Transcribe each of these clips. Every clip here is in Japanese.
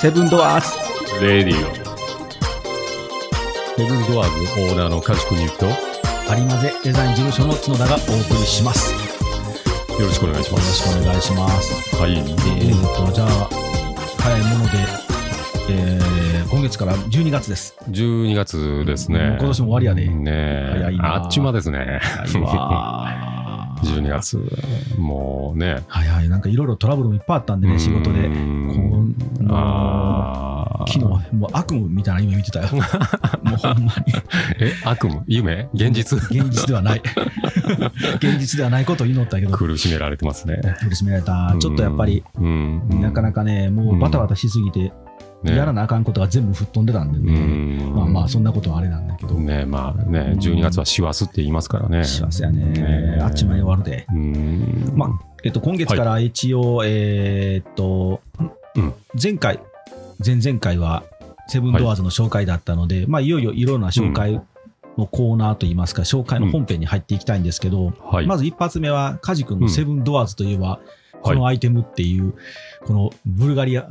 セブンドアーズレディオ。セブンドアーズオーナーの家畜に行くと、よ有馬ぜデザイン事務所の角田がお送りしますよろしくお願いしまろす。しくお願いしますはえい。ー、とじゃあ早いもので、えー、今月から12月です12月ですね。もう今年も終わりやねねえ早いなあっちゅうまで すね。早い わ 12月。もうね。早いなんかいろいろトラブルもいっぱいあったんでね仕事でうこんうもあうー昨日もう悪夢みたいな夢見て たよもうほんまにえ、悪夢夢現実現実ではない 現実ではないことを祈ったけど苦しめられてますね。苦しめられたちょっとやっぱりうん、なかなかかねもうバタバタしすぎてやらななあかんことが全部吹っ飛んでたんでね、まあまあそんなことはあれなんだけど、ねまあね、12月は師走って言いますからね。幸せやね、ねあっちまで終わるで、うん。まあえっと、今月から一応、えーっと、うん前回前々回はセブンドアーズの紹介だったので、いまあ、いよいよいろんな紹介のコーナーといいますか、紹介の本編に入っていきたいんですけど、はい。まず一発目はカジ君のセブンドアーズといえば、このアイテムっていう、このブルガリア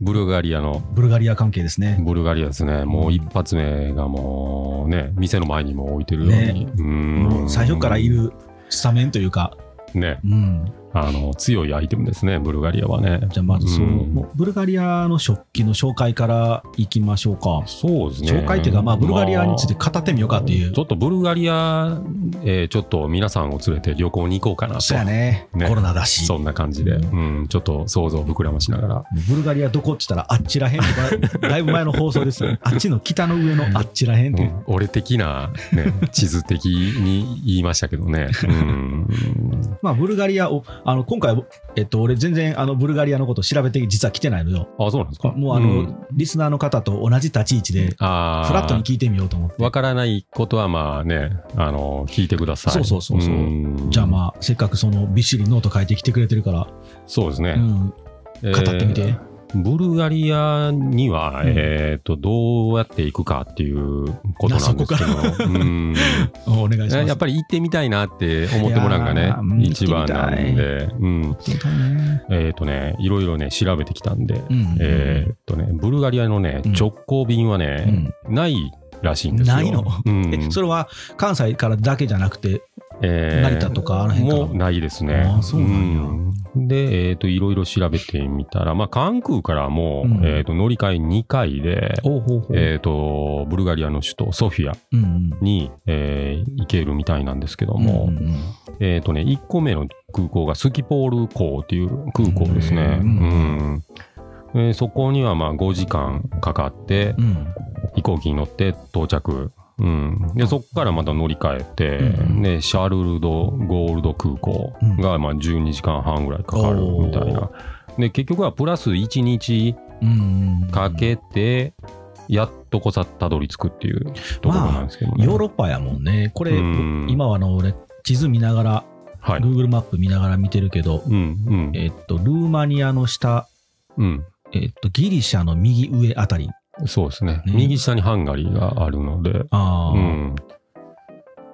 ブルガリアの、ブルガリア関係ですね。ブルガリアですね。もう一発目がもうね、店の前にも置いてるように。うもんう最初からい。るスタメンというか、ね、うん、あの、強いアイテムですね、ブルガリアはね。じゃあまずその、うんもうブルガリアの食器の紹介からいきましょうか。そうですね。紹介っていうか、まあ、ブルガリアについて語ってみようかっていう。ちょっとブルガリア、えーちょっと皆さんを連れて旅行に行こうかなと。そうやねねコロナだし。そんな感じで、うん、ちょっと想像を膨らましながら。ブルガリアどこって言ったら、あっちらへんとか、だいぶ前の放送 です。あっちの北の上のあっちらへんっていう。うん俺的な、ね、地図的に言いましたけど ね。うん、まあ、ブルガリアを、あの、今回、えっと、俺全然、あの、ブルガリアのこと調べて、実は来てないのよ。あ、そうなんですか。もう、あんの、リスナーの方と同じ立ち位置で、あーフラットに聞いてみようと思って。わからないことはまあね、あの、聞いてください。そうそうそうそうんじゃあまあ、せっかくその、びっしりノート書いてきてくれてるから、そうですうね。ん、え語ーってみて。ブルガリアには、うんえっと、どうやって行くかっていうことなんですけいやど、うん お願いします。やっぱり行ってみたいなって思ってもらうのがいねやーうん、一番なんで、うん。えっとね、いろいろね、調べてきたんで、うんえっとね、ブルガリアのねうん、直行便はね、ないらしいんですよ。ないのうんえそれは関西からだけじゃなくて、えー成田とかあの辺からもうないですね。あーそうなんやうんで、えっ、と、いろいろ調べてみたら、まあ、関空からも、うんえっ、と、乗り換え2回で、おうほうほうえっ、と、ブルガリアの首都ソフィアうんうんに、えー行けるみたいなんですけども、うんうんえっ、とね、1個目の空港がスキポール港っていう空港ですね。ううんんえーそこにはまあ5時間かかってう、ん飛行機に乗って到着、うん、でそこからまた乗り換えて、うんでシャルルド・ゴールド空港がまあ12時間半ぐらいかかるみたいな、で結局はプラス1日うんうんかけて、やっとこさたどり着くっていうところなんですけどね。ヨーロッパやもんね、これ、うん今はあの俺、地図見ながら、はい、 Google マップ見ながら見てるけど、うんうんえっと、ルーマニアの下、うんえっと、ギリシャの右上あたり、そうですねね右下にハンガリーがあるので、あうーん、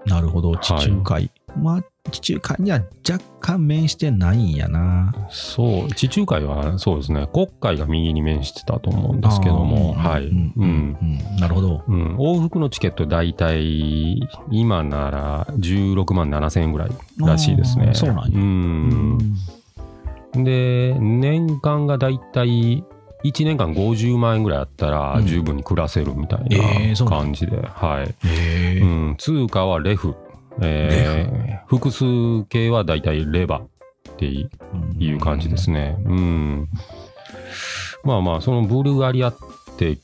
なるほど、い地中海、まあ、地中海には若干面してないんやな。そう地中海はそうですね黒海が右に面してたと思うんですけども、あーはい、うんううんんうんなるほど。うん、往復のチケット大体今なら16万7000円ぐらいらしいですあねーそうなんやんで年間が大体1年間50万円ぐらいあったらうん十分に暮らせるみたいえーそうななん感じで、はい、へえ。うん、通貨はレフ、えー複数形は大体レバっていいう感じですねうんまあまあそのブルガリアって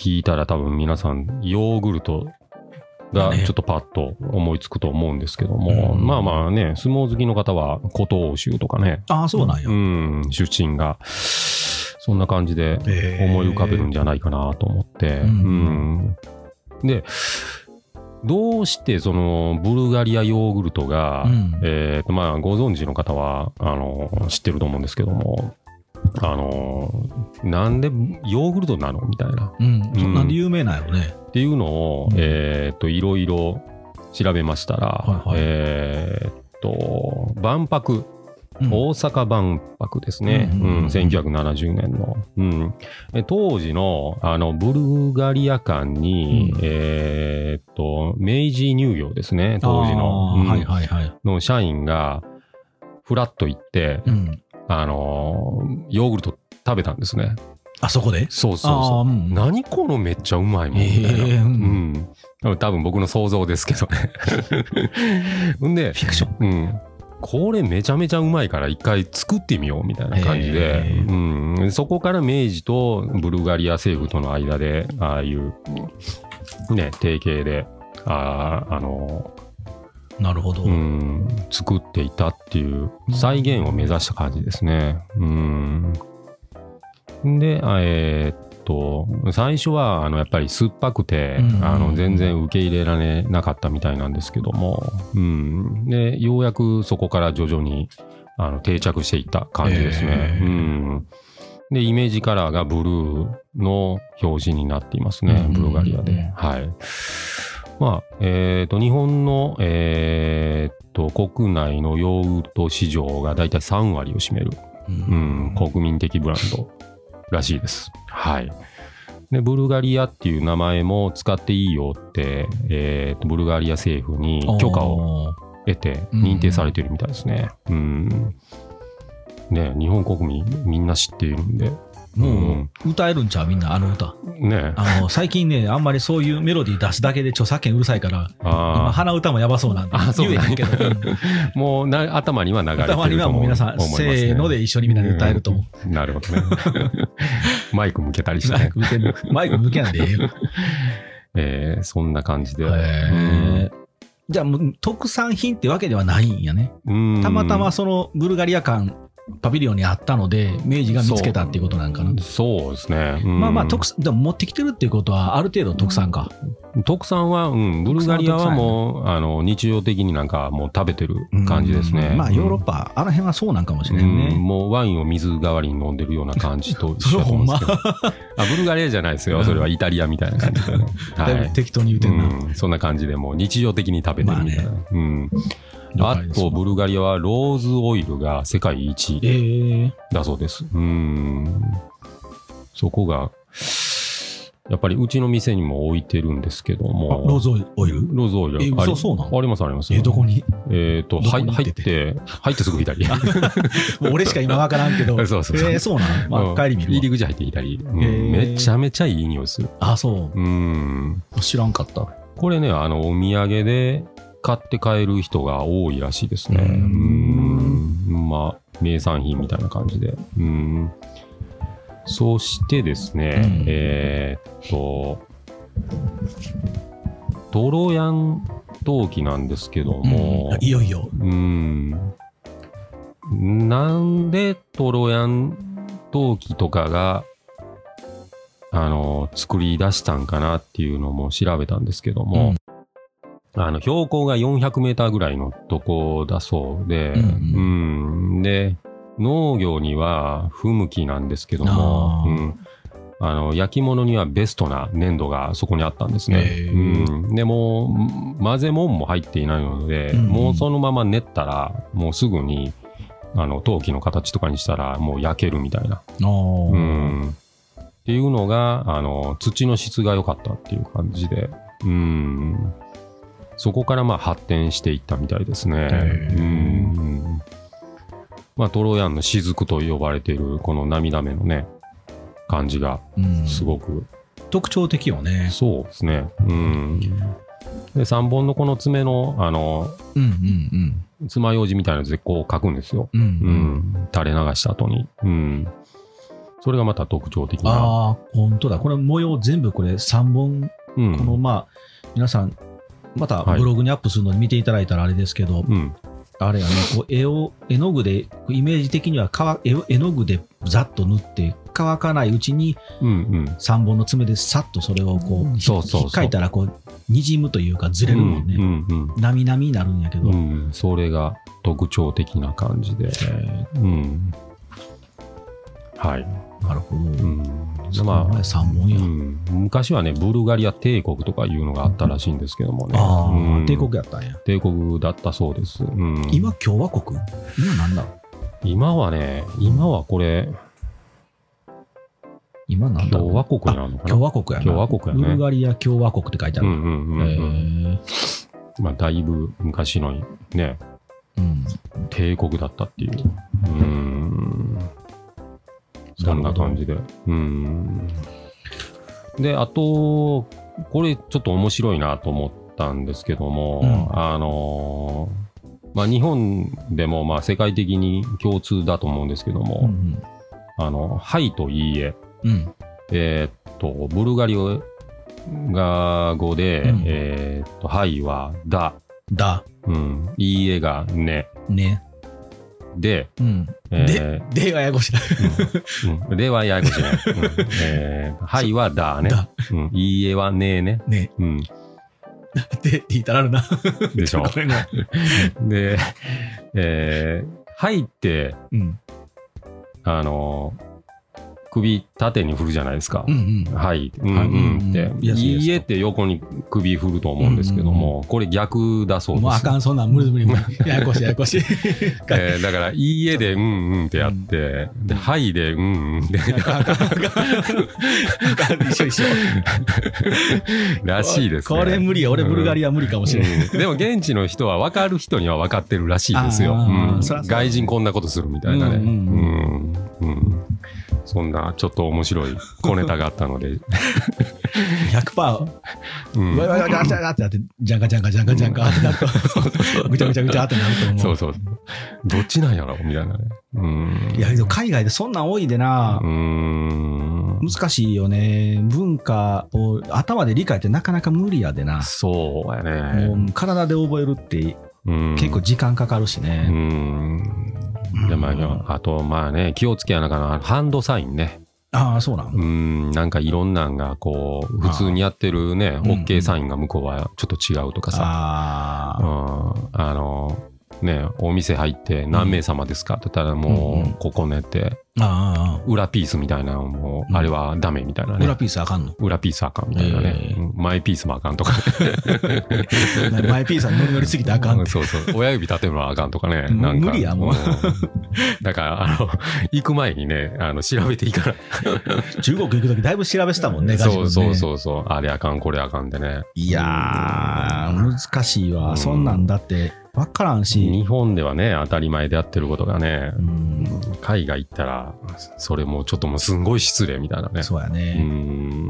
聞いたら多分皆さんヨーグルトがねちょっとパッと思いつくと思うんですけども、うんまあまあね相撲好きの方は古東欧州とかねああ、そうなんや。うん出身がそんな感じでへー思い浮かべるんじゃないかなと思って、うんうんでどうしてそのブルガリアヨーグルトが、うんえーとまあ、ご存知の方はあの知ってると思うんですけどもあのなんでヨーグルトなのみたいなうん。そんなんで有名なんやろね。っていうのを、うんえーといろいろ調べましたら、はいはいえーと万博うん大阪万博ですね、ううんん1970年の、うん、え当時のあのブルガリア間に、うんえーっと明治乳業ですね当時の,あうーん、はいはいはい。の社員がフラッと行って、うん。あのーヨーグルト食べたんですねあそこでそうそうあそーううん何このめっちゃうまいもんみたいな、ええうんうん、多分僕の想像ですけどね ほんでフィクション。うん、これめちゃめちゃうまいから一回作ってみようみたいな感じで、へうん、そこから明治とブルガリア政府との間でああいう、ね、提携であああの、なるほど。うん、作っていたっていう再現を目指した感じですね。うん、であえーっと最初はあのやっぱり酸っぱくて、うんあの全然受け入れられなかったみたいなんですけども、うん、でようやくそこから徐々にあの定着していった感じですね。へーうんでイメージカラーがブルーの表示になっていますねう、んブルガリアうんで。はいまあえー、と日本の、えー、と国内のヨーグルト市場が大体3割を占めるううん、国民的ブランドらしいです。はい。で、ブルガリアっていう名前も使っていいよって、えーとブルガリア政府に許可をを。得てうん認定されてるみたいですね。うん。ね日本国民みんな知っているんで。もう、歌えるんちゃうみんな、あの歌。ねあ の、最近ね、あんまりそういうメロディー出すだけで著作権うるさいから、今、あ鼻歌もやばそうなんであ、そう言えなんへやんけど、う んあ、もうな頭には流れてる歌と思割りはもう皆さん、思いますねせーので一緒にみんなで歌えると思う。うんなるほどね。 マイク向けたりしてマイね。ク向けんの マイク向けないでええよ。えーそんな感じで。へーじゃあ、もう特産品ってわけではないんやね。うんたまたまそのブルガリア館、パビリオンにあったので、明治が見つけたっていうことなんかな。そうですね。うんまあまあ特産、でも持ってきてるっていうことは、ある程度特産か。特産は、うん、ブルガリアはもう、あの日常的になんかもう食べてる感じですね。うんまあ、ヨーロッパパ、あの辺はそうなんかもしれんね。もうワインを水代わりに飲んでるような感じと一 そ緒れだとほ思うんんでま、すけど。あブルガリアじゃないですよ。それはイタリアみたいな感 じでね。はだいぶい。適当に言うてんな。うん、そんな感じでもう日常的に食べてるみたいな。うん、了あ解ですと、ブルガリアはローズオイルが世界一えーだそうです。うん。そこが、やっぱりうちの店にも置いてるんですけどあローも、ズオイルローズオイルえあり嘘そうなのありますあります。え、どこに えっと、どこはいに行っ入てってて、入ってす ぐ左。もう俺しか今わからんけど。 そうそうそうえーそうなのうまんあ、帰り見るわ入り口入って左。うんへーめちゃめちゃいい匂いする。あ、そうん。う。知らんかった。これね、あの、お土産で買って帰る人が多いらしいですね。ううんん。まあ、名産品みたいな感じで。うん。そしてですね、うんえーっと、トロヤン陶器なんですけども、うんいよいよ。うん。なんでトロヤン陶器とかが、あの、作り出したんかなっていうのも調べたんですけども、あの、標高が400メーターぐらいのとこだそうで、ううんん、で、農業には不向きなんですけども、あうーん、あの焼き物にはベストな粘土がそこにあったんですへね。ーうん、でもうん混ぜ物も入っていないので、うんうんもうそのまま練ったらもうすぐにあの陶器の形とかにしたらもう焼けるみたいな、あーうん、っていうのがあの土の質が良かったっていう感じで、うん、そこからまあ発展していったみたいですね。へーうんまあ、トロヤンの雫と呼ばれているこの涙目のね感じがうんすごく特徴的よね。そうですね。うん。で、3本のこの爪の、あの、うんうん爪楊枝みたいなやつでこう書くんですよ。うん。う。うんん。垂れ流した後に。うん。それがまた特徴的な。ああ、本当だ。これ模様全部これ3本、うん。このまあ、皆さん、またはいブログにアップするので見ていただいたらあれですけど、うん。あれやね、こう絵を、絵の具で、こうイメージ的には乾絵を絵の具でざっと塗って、乾かないうちにうんうん。 3本の爪でさっとそれをこう、そうそうそうひっかいたらこう、にじむというかずれるもんね。うんうんなみなみになるんやけど、うん。うん。それが特徴的な感じで。うん。はい。なるほど。うん。ままああ、、三本や。うん、昔はね、ブルガリア帝国とかいうのがあったらしいんですけどもね。ああ、うん帝国やったんや。帝国だったそうです。うん、今、共和国今なんだろ今はね、今はこれ、今なんだろう共和国になるのかあな共和国やな。共和国やねブルガリア共和国って書いてあうる。んうんうんうん。へまあ、だいぶ昔のね、ーうん帝国だったっていう。うん。そんな感じで。うん。で、あと、これちょっと面白いなと思ったんですけども、うんあのーまあ、日本でもまあ世界的に共通だと思うんですけども、うんあの、はいといいえ、うんうんえーっと、ブルガリア語で、うんえーっと、はいはだ、だ、うん、いいえがね、ね。で、うん。えでがややこしい。ーうんではややこしいね。うんえーはいはだね。だ、うん、いいえはねえね。ね。うん、でって言いたらあるな。。でし ょごめんごめん で、えーはいって、うん。あの首縦に振るじゃないですか。うんうん。はい、うんはいうんってうん。yes, yes いいえって横に首振ると思うんですけども、これ逆だそうです。もうあかん、そんなん無理無理無理。ややこしい、ややこ しい。えーだから、いいえで、うんうんってやって、で、はいで、うんうんって、あかんあかんあかん一緒一緒。らしいですね。これ無理や。俺、ブルガリア無理かもしれない。 うんでも、現地の人は分かる人には分かってるらしいですよ。あーうんそらそう外人こんなことするみたいなね。ううんうんんうんそんな、ちょっと面白い小ネタがあった ので。 100%。うんわわわわわわわってなって、ジャンカジャンカジャンカジャンカってなると、ぐちゃぐちゃぐちゃってなると思う。そうそうそう。どっちなんやろみたいなね。うんいや、でも海外でそんなん多いでなう、ん。難しいよね。文化を頭で理解ってなかなか無理やでな。そうやね。もう体で覚えるってうん結構時間かかるしうね。ん。でまあ、あと、まあね、気をつけやなかな、ハンドサインね。ああ、そうな。うんん、なんかいろんなんが、こう、普通にやってるね、うん OK サインが向こうはちょっと違うとかさ、あうあ。ん、あの、ね、お店入って何名様ですかって言ったうらんうんもう、ここねって、あ裏ピースみたいなのもう、んあれはダメみたいなあ。ね裏。ピースあかんの。裏ピースあかんみたいなね。えーうん前ピースもあかんとか。マイピースはノリノリすぎてあかんって。そうそう。親指立てるのはあかんとかね。もうなんか無理やもうんだから、あの、 行く前にね、あの、調べていかない。中国行くときだいぶ調べてたもんね、ガチそうそうう。そうそう。あれあかん、これあかんでね。いやー、難しいうわ。んそんなんだって、わからんし。日本ではね、当たり前でやってることがね、うん、海外行ったら、それもちょっともうすんごい失礼みたいなね。そうやうね。ん。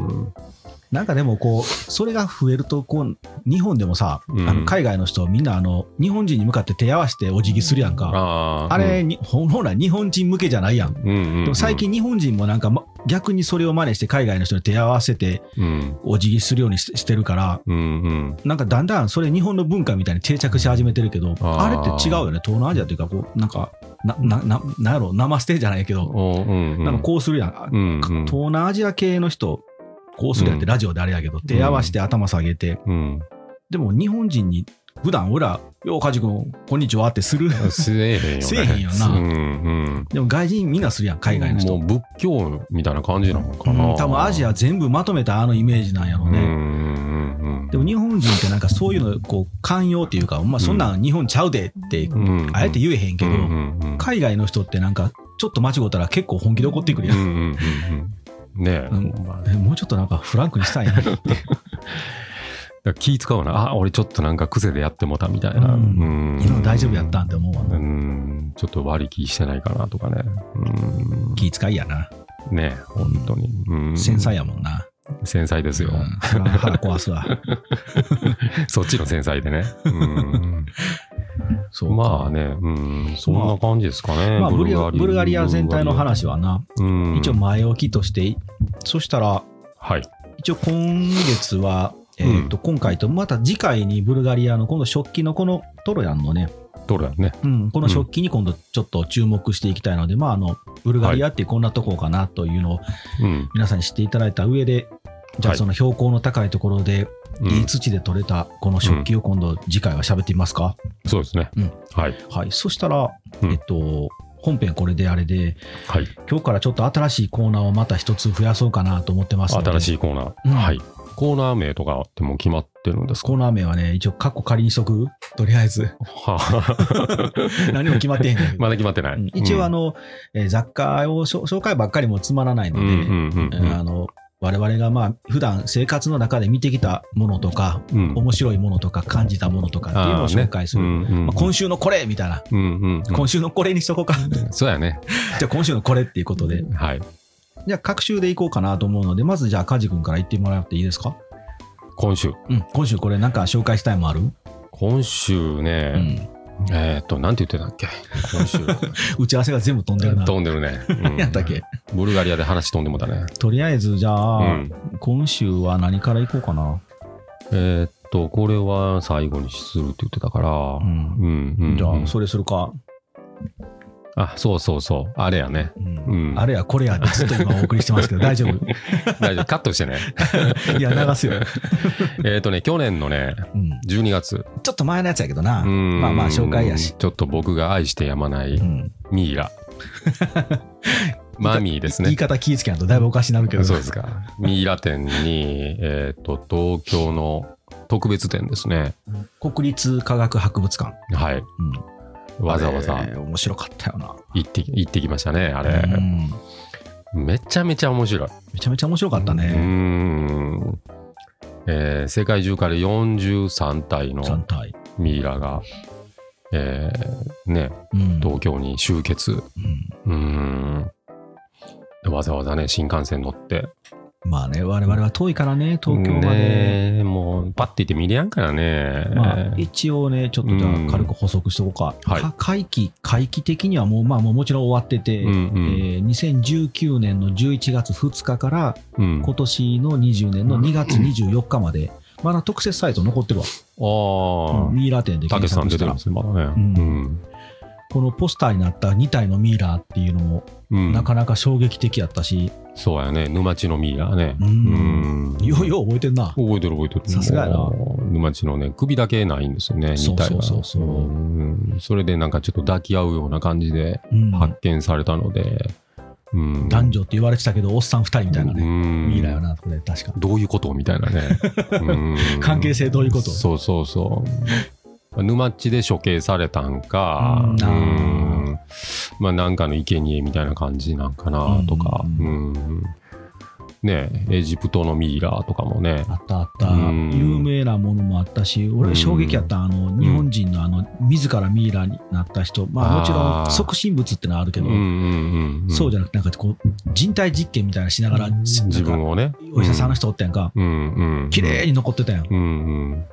なんかでもこう、それが増えると、こう、日本でもさ、うんあの海外の人、みんなあの、日本人に向かって手合わせてお辞儀するやんか。あーあれ、、にほ本来日本人向けじゃないやん。うんうんうんでも最、近日本人もなんか、ま逆にそれを真似して海外の人に手合わせてうん。お辞儀するようにししてるから、うんうん。なんかだんだんそれ日本の文化みたいに定着し始めてるけど、ああーれって違うよね。東南アジアっていうか、こう、なんか、な、な、な、なんやろ、生捨てじゃないけど、おうんうん。なんかこうするやんう、んかうん東南アジア系の人、こうするやんって、うんラジオであれやけど、手合わせて頭下げて、うん。でも日本人に普段俺ら、よう、カジ君、こんにちはってする。せえへんよね。せえへんよなうんうん。 でも外人みんなするやん、海外の人。もう仏教みたいな感じなのかうな。ん多分アジア全部まとめたあのイメージなんやろううんうね。んうんうん。でも日本人ってなんかそういうの、こう、寛容っていうか、まあそんなん日本ちゃうでって、うんあえて言えへんけど、うんうんうん海外の人ってなんか、ちょっと間違ったら結構本気で怒ってくるやうんん。うんうんうんねえ、うんほんまねえだかもうちょっとなんかフランクにしたいな。ら気使うな。あ、俺ちょっとなんか癖でやってもたみたいな。ううんん今の大丈夫やったんって思うわうな。ん、ちょっと悪い気してないかなとかね。う気遣いやな。ん、ねえ、本当に。うん繊細やもんな。繊細ですよ。うんそら腹壊す わ。そっちの繊細でね。 うんそうかまあね、うん、そんな感じですかね。まあ、ブルガブルガリア全体の。話はな、うん一応前置きとしてい、そしたら、はい。一応今月は、えーと今回とまた次回にブルガリアの今度食器のこのトロヤンのね、どれだね。うん、この食器に今度ちょっと注目していきたいので、まあ、あのブルガリアってこんなとこかなというのをうん。皆さんに知っていただいた上で、じゃあはいその標高の高いところで、うんいい土で取れたこの食器を今度次回は喋ってみますか、そうですね。うんはい。はい、そしたら、うんえっと本編これであれで、はい。今日からちょっと新しいコーナーをまた一つ増やそうかなと思ってますので新しいコーナー。うんはい。コーナー名とかってもう決まってるんですか コーナー名はね、一応、カッコ仮にしとくとりあえず。はあ何も決まってへんねんけどまだ決まってない。うん一応、あの、の、えー雑貨を紹紹介ばっかりもつまらないのうで、んうんうんうんあの我々がまあ普段生活の中で見てきたものとか、うん面白いものとか感じたものとかっていうのをあーね紹介する、うんうんまあ、今週のこれみたいな、うんうんうん今週のこれにしとこうか じそうやね。ゃあ今週のこれっていうことではい。じゃあ各週でいこうかなと思うのでまずじゃあ梶君から言ってもらっていいですか、今週。うん、今週これなんか紹介したいもんある、今週うね、ん、えーっと、なんて言ってたっけ 今週。打ち合わせが全部飛んでるな飛んでるね。うんやったっけブルガリアで話飛んでもだね。とりあえずじゃあ、うん今週は何からいこうかな、えーっと、これは最後にするって言ってたから、ううんんうんうんじゃあそれするか、あ、そうそうそう。あれやね。うんうんあれやこれやってずっと今お送りして ますけど大丈夫大丈夫。カットし てね。いや流すよ、えーっとね、去年のね、うん12月。ちょっと前のやつやけどな。うんまあまあ紹介やし。ちょっと僕が愛してやまないうんミイ ラ。マミーです言いね。方気ぃつけないとだいぶおかしになるけど。そうですか。ミイラ店に、えっ、と、東京の特別店ですね。国立科学博物館。はい。うんわざわざあれ面白かったよな。行って、行ってきましたね、あれう。んめちゃめちゃ面白い。めちゃめちゃ面白かったうーね。ん。えー世界中から43体三の体。ミイラが、えーね、うん東京に集結。うんうーん。わざわざね、新幹線乗って。まあね、我々は遠いからね、東京まで。ねえもう、パッて行って見れやんからね。まあ、一応ね、ちょっとじゃあ軽く補足しておこうか。はいか会期、会期的にはもう、まあもうもちろん終わってて、うんうんえー2019年の11月2日からうん、あ今年の20年の2月24日まで、まだ特設サイト残ってるわ。あ、ミイラ展でたけ検しさん索して出たるんらですね、まだね。ううん。このポスターになった2体のミイラっていうのもうん、なかなか衝撃的やったし、そうやね、沼地のミイラね。うんうんようよう覚えてんな、覚えてる覚えてる。さすがやなもう沼地のね、首だけないんですよね、そうそ2う体は。そうそうんそれでなんかちょっと抱き合うような感じでうん発見されたので、うん。男女って言われてたけどおっさん2人みたいなうね、んミイラよなこれ確かどういうことみたい なね。うん関係性どういうことそうそうそう。沼っちで処刑されたんか、うんあーうんまあなんかの生贄みたいな感じなんかなとか、ううんねエジプトのミイラとかもね、あったあった、うん有名なものもあったし俺衝撃やったあの日本人のあの自らミイラになった人まあもちろあーん即身仏ってのはあるけど、うんうんうんうんそうじゃなくてなんかこう人体実験みたいなのしながら、なんか自分をね、お医者さんの人おったやんか、うんうん、綺麗に残ってたやん、うん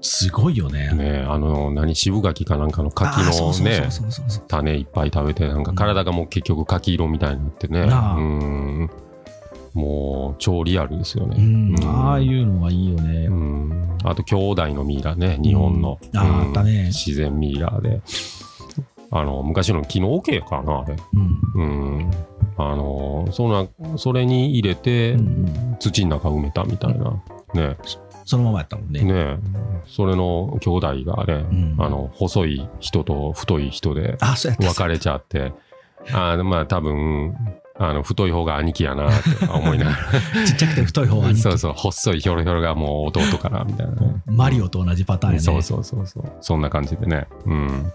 すごいようん、ねあの何渋柿かなんかの柿あーそうのそうねそうそうそう種いっぱい食べてなんかうん体がもう結局柿色みたいになってね、うなあん、もう超リアルですよね、うんうんああいうのがいいよねう。ん、あと兄弟のミイラね日本の、うんあーうんあったね自然ミイラであの昔の木の桶かなあれ、うんうん、あのそんなそれに入れてうんうん土の中埋めたみたいな、ねそのままやったもんね。ねそれの兄弟がね、うんあの細い人と太い人であそうやった。別れちゃって、あーでまあ多分、あの、太い方が兄貴やなって思いな がちっちゃくて太い方はら、兄貴そうそう、細いひょろひょろがもう弟かな、みたいなね。マリオと同じパターンやね。そうそうそうそう。そんな感じでね。うん。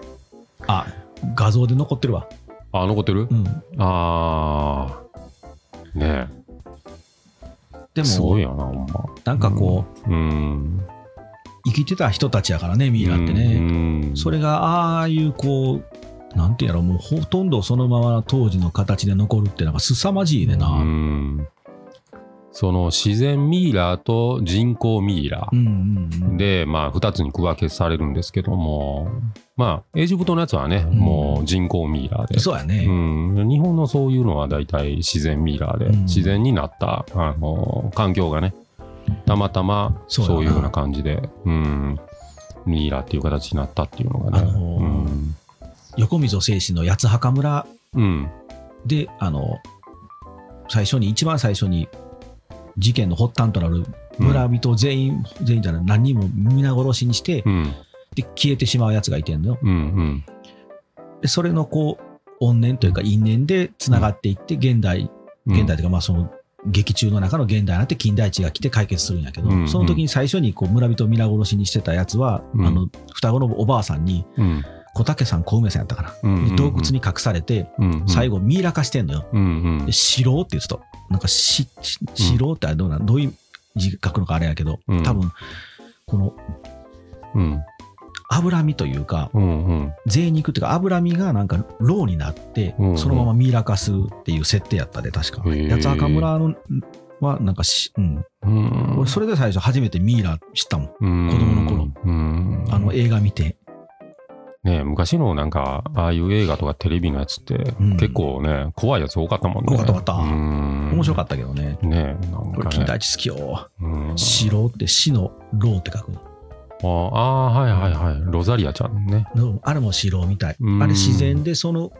あ画像で残ってるわ。あ、残ってる、うん、ああ。ねでえ。すごいもよな、ほんま。なんかこううん。生きてた人たちやからねミイラってね。ねそれがああいうこうなんていうんやろもうほとんどそのまま当時の形で残るってなんか凄まじいねな。ううんん。その自然ミイラと人工ミイラ。うんうん。で、まあ、2つに区分けされるんですけども、まあ、エジプトのやつはね、んもう人工ミイラで、そうやね。うん、日本のそういうのは大体自然ミイラで、うん自然になったあの環境がね、たまたまそうだなそういうような感じで、うん、ミイラっていう形になったっていうのがね、あのー横溝正史の八幡村うん、うん、であの最初に一番最初に事件の発端となる村人全員、全員じゃない何人も皆殺しにして、うん、で消えてしまうやつがいてんのようん、うん、でそれのこう怨念というか因縁でつながっていって現代うん現代というかまあその劇中の中の現代なんて金田一が来て解決するんやけど、うんうんその時に最初にこう村人を皆殺しにしてたやつは、うんあの双子のおばあさんにうん小竹さん小梅さんやったかな、うんうんうでん洞窟に隠されてうん最後ミイラ化してんのよ、うんうんで四郎って言うとなんかしし四郎ってあれどうなんどういう字書くのかあれやけど、うん多分このうん脂身というかうんうん贅肉っていうか脂身がなんかローになってうんうんそのままミイラ化するっていう設定やったで確かへー八つ墓村のはなんかし、うん、うん俺それで最初初めてミイラ知ったもんうん子供の頃うんあの映画見てね昔のなんかああいう映画とかテレビのやつってうん結構ね怖いやつ多かったもんね多かった多かった面面白かっったけどねたねえなん俺か金田ね一好きようん四郎って死のローって書くああーはいはいはいロザリアちゃんねのあれも四郎みたいうんあれ自然でその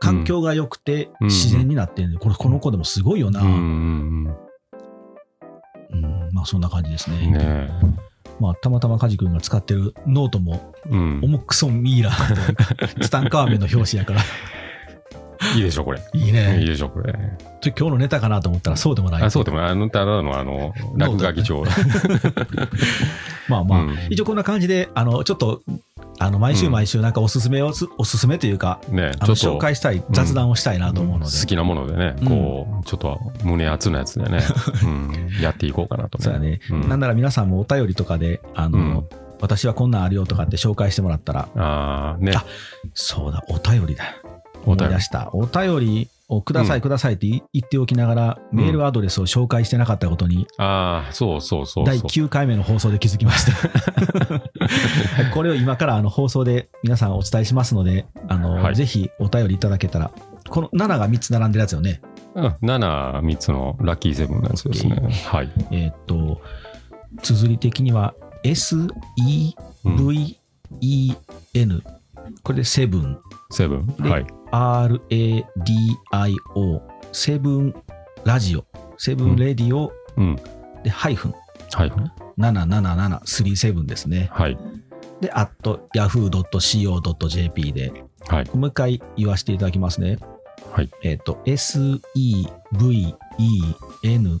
環境が良くてうん自然になってるんでこれこの子でもすごいよな、ううんうんんまあそんな感じですうねんねまあたまたま梶君が使ってるノートもえうん重くそミイラとツタンカーメンの表紙や からいいでしょこれいいいいねでしょこれちょ今日のネタかなと思ったらそうでもないあそうでもあのただのあのノー落ト書き帳ま あまあ、うん一応こんな感じであのちょっとあの毎週毎週なんかおすすめをすおすすめというかねあちょの紹っと介したい雑談をしたいなと思うので、好きなものでね、うんこう、ちょっと胸熱なやつ でね、うん、やっていこうかなと、そうやね、うんなんなら皆さんもお便りとかであの、うん私はこんなんあるよとかって紹介してもらったらああ、ね。あそうだお便りだお思便りい出したお便りをくださういんくださいって言言っておきながら、メールアドレスを紹介してなかったことにああ、そうそうそうそう。第9回目の放送で気づきました これを今からあの放送で皆さんお伝えしますのであの、はいぜひお便りいただけたらこの7が3つ並んでるやつよねうん、7、3つのラッキーセブンのやつですね。はい。えーっと綴り的には SEVEN、うん、これでセブンセブン。ではい。 RADIO セブンラジオセブンレディオうん。でハイフンはい。 77737ですねはい。でアット yahoo.co.jp ではい。もう一回言わせていただきますねはい。えっ、と SEVENRADIO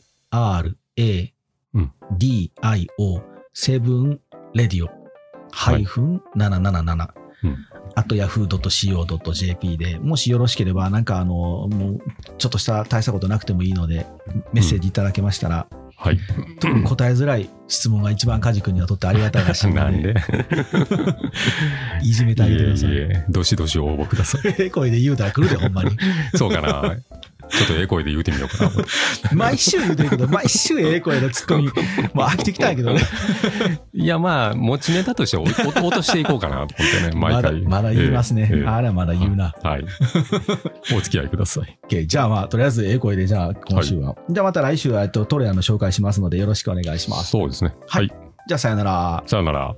うんセブンレディオハイフン777うんあと yahoo.co.jp で、もしよろしければ、なんかあの、もう、ちょっとした大したことなくてもいいので、メッセージいただけましたら、はい。特に答えづらい質問が一番梶君にはとってありがたいらしいので、 なんでいじめいてあげてくえだいさい。え、どしどし応募くださえ声で言うたら 来るで、ほんまに。 い。そうかな。ちょっとええ声で言うてみようかな。毎週言うてるけど、毎週ええ声のツッコ ミ、もう飽きてきたんやけどね。いや、まあ、持ちネタとしておお落としていこうかなと思ってね、毎まだ回。まだ言いますね。ええええあら、まだ言うな。はい。 お付き合いください。 OK じゃあまあ、とりあえずええ声で、じゃあ今週は。じゃあまた来週は、えっと、トレアの紹介しますので、よろしくお願いします。そうですね。ははいい。じゃあさよなら。さよなら。